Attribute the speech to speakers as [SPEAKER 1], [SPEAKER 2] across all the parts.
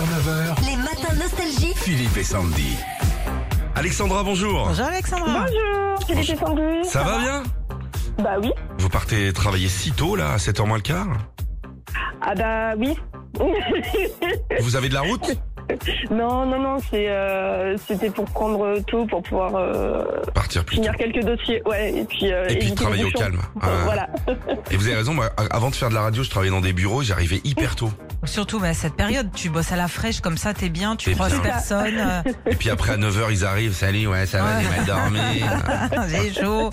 [SPEAKER 1] 6h-9h,
[SPEAKER 2] Les matins nostalgiques.
[SPEAKER 1] Philippe et Sandy.
[SPEAKER 3] Alexandra, bonjour.
[SPEAKER 4] Bonjour Alexandra.
[SPEAKER 5] Bonjour, j'ai descendu.
[SPEAKER 3] Ça va bien
[SPEAKER 5] Bah oui.
[SPEAKER 3] Vous partez travailler si tôt, là, à 7h moins le quart
[SPEAKER 5] Ah bah oui.
[SPEAKER 3] Vous avez de la route
[SPEAKER 5] non, non, non, c'est, euh, c'était pour prendre tôt pour pouvoir euh,
[SPEAKER 3] Partir plus tôt.
[SPEAKER 5] finir quelques dossiers. Ouais, et puis, euh,
[SPEAKER 3] Et
[SPEAKER 5] éviter
[SPEAKER 3] puis
[SPEAKER 5] les
[SPEAKER 3] travailler au
[SPEAKER 5] bouchons.
[SPEAKER 3] calme.
[SPEAKER 5] Euh,
[SPEAKER 3] Ah.
[SPEAKER 5] Voilà.
[SPEAKER 3] Et vous avez raison, moi, a- avant de faire de la radio, je travaillais dans des bureaux, j'arrivais hyper tôt.
[SPEAKER 4] Surtout bah, cette période, tu bosses à la fraîche, comme ça t'es bien, tu
[SPEAKER 3] T'es
[SPEAKER 4] croises
[SPEAKER 3] bien.
[SPEAKER 4] personne, euh,
[SPEAKER 3] Et puis après, à 9h, ils arrivent. Salut, ouais, ça va,
[SPEAKER 4] Ouais.
[SPEAKER 3] j'ai mal dormi.
[SPEAKER 4] j'ai chaud.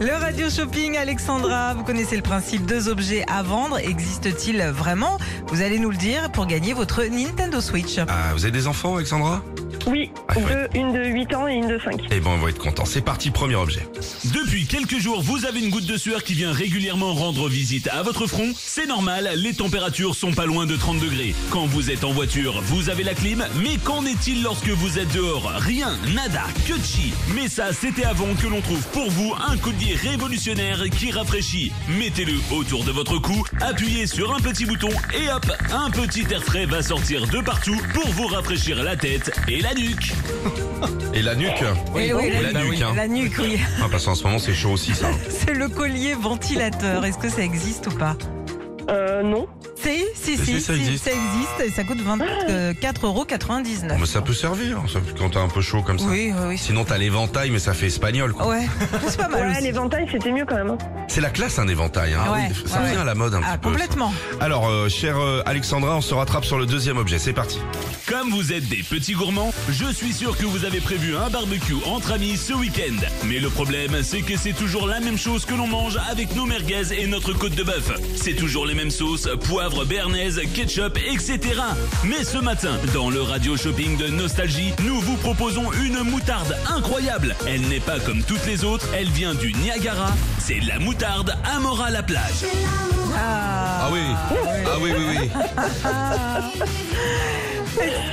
[SPEAKER 4] Le radio shopping, Alexandra, vous connaissez le principe, deux objets à vendre, existe-t-il vraiment Vous allez nous le dire pour gagner votre Nintendo Switch.
[SPEAKER 3] Ah, vous avez des enfants, Alexandra
[SPEAKER 5] Oui,
[SPEAKER 3] Ah, faut
[SPEAKER 5] deux, une de 8 ans et une de 5.
[SPEAKER 3] Eh bon, ils vont être contents. C'est parti, premier objet.
[SPEAKER 6] Depuis quelques jours, vous avez une goutte de sueur qui vient régulièrement rendre visite à votre front. C'est normal, les températures sont pas loin de 30 degrés. Quand vous êtes en voiture, vous avez la clim, mais qu'en est-il lorsque vous êtes dehors Rien, nada, que de chi. Mais ça, c'était avant que l'on trouve pour vous un collier révolutionnaire qui rafraîchit. Mettez-le autour de votre cou, appuyez sur un petit bouton et hop, un petit air frais va sortir de partout pour vous rafraîchir la tête et la nuque.
[SPEAKER 3] Et la nuque
[SPEAKER 4] Eh oui,
[SPEAKER 3] La
[SPEAKER 4] bah oui,
[SPEAKER 3] nuque, hein.
[SPEAKER 4] la nuque, oui.
[SPEAKER 3] Ah, parce qu'en ce moment, c'est chaud aussi, ça.
[SPEAKER 4] C'est le collier ventilateur. Est-ce que ça existe ou pas
[SPEAKER 5] Euh, non.
[SPEAKER 4] Si, si,
[SPEAKER 3] Si,
[SPEAKER 4] si,
[SPEAKER 3] ça
[SPEAKER 4] si,
[SPEAKER 3] existe.
[SPEAKER 4] ça existe et ça coûte 24,99 euros.
[SPEAKER 3] Mais ça peut servir, ça, quand t'as un peu chaud comme ça.
[SPEAKER 4] Oui, oui, oui.
[SPEAKER 3] Sinon, t'as l'éventail, mais ça fait espagnol, quoi.
[SPEAKER 4] Ouais, c'est
[SPEAKER 3] Ah
[SPEAKER 4] pas mal.
[SPEAKER 5] Ouais,
[SPEAKER 4] aussi.
[SPEAKER 5] l'éventail, c'était mieux quand même. hein.
[SPEAKER 3] C'est la classe, un éventail. hein.
[SPEAKER 4] Ouais,
[SPEAKER 3] Oui, ça
[SPEAKER 4] ouais,
[SPEAKER 3] revient
[SPEAKER 4] ouais.
[SPEAKER 3] à la mode un
[SPEAKER 4] Ah,
[SPEAKER 3] petit peu. ça.
[SPEAKER 4] complètement.
[SPEAKER 3] Alors, euh, chère euh, Alexandra, on se rattrape sur le deuxième objet. C'est parti.
[SPEAKER 6] Comme vous êtes des petits gourmands, je suis sûr que vous avez prévu un barbecue entre amis ce week-end. Mais le problème, c'est que c'est toujours la même chose que l'on mange avec nos merguez et notre côte de bœuf. C'est toujours les mêmes sauces, poivre, béarnaise, ketchup, etc. Mais ce matin, dans le radio shopping de Nostalgie, nous vous proposons une moutarde incroyable. Elle n'est pas comme toutes les autres, elle vient du Niagara. C'est la moutarde Amora la plage.
[SPEAKER 4] Ah.
[SPEAKER 3] Ah oui. Ah oui, oui, oui. Ah.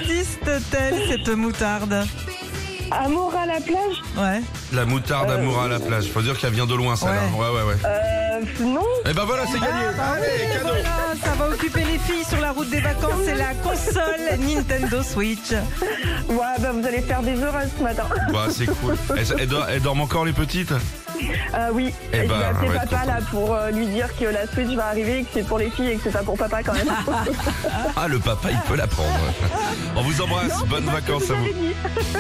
[SPEAKER 4] Existe-t-elle cette moutarde
[SPEAKER 5] Amour à la plage
[SPEAKER 4] Ouais.
[SPEAKER 3] La moutarde amour à la plage. Faut dire qu'elle vient de loin, ça. là
[SPEAKER 4] Ouais.
[SPEAKER 3] Ouais, ouais, ouais.
[SPEAKER 5] Euh, non.
[SPEAKER 3] Et ben voilà, c'est gagné. Allez, cadeau.
[SPEAKER 4] Ah, Voilà, ça va occuper les filles sur la route des vacances. C'est la console Nintendo Switch.
[SPEAKER 5] Ouais, bah vous allez faire des orages ce matin.
[SPEAKER 3] Bah, c'est cool. Elles, elles do- elles dorment encore, les petites
[SPEAKER 5] Euh, oui.
[SPEAKER 3] Eh
[SPEAKER 5] je vais
[SPEAKER 3] bah,
[SPEAKER 5] appeler
[SPEAKER 3] ouais,
[SPEAKER 5] papa
[SPEAKER 3] content.
[SPEAKER 5] là pour euh, lui dire que la Switch va arriver et que c'est pour les filles et que c'est pas pour papa quand même.
[SPEAKER 3] Ah, le papa, il peut la prendre. On vous embrasse. Bonnes vacances à vous.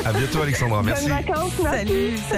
[SPEAKER 3] À bientôt, Alexandra. Merci.
[SPEAKER 5] Bonnes vacances, merci.
[SPEAKER 4] Salut, salut.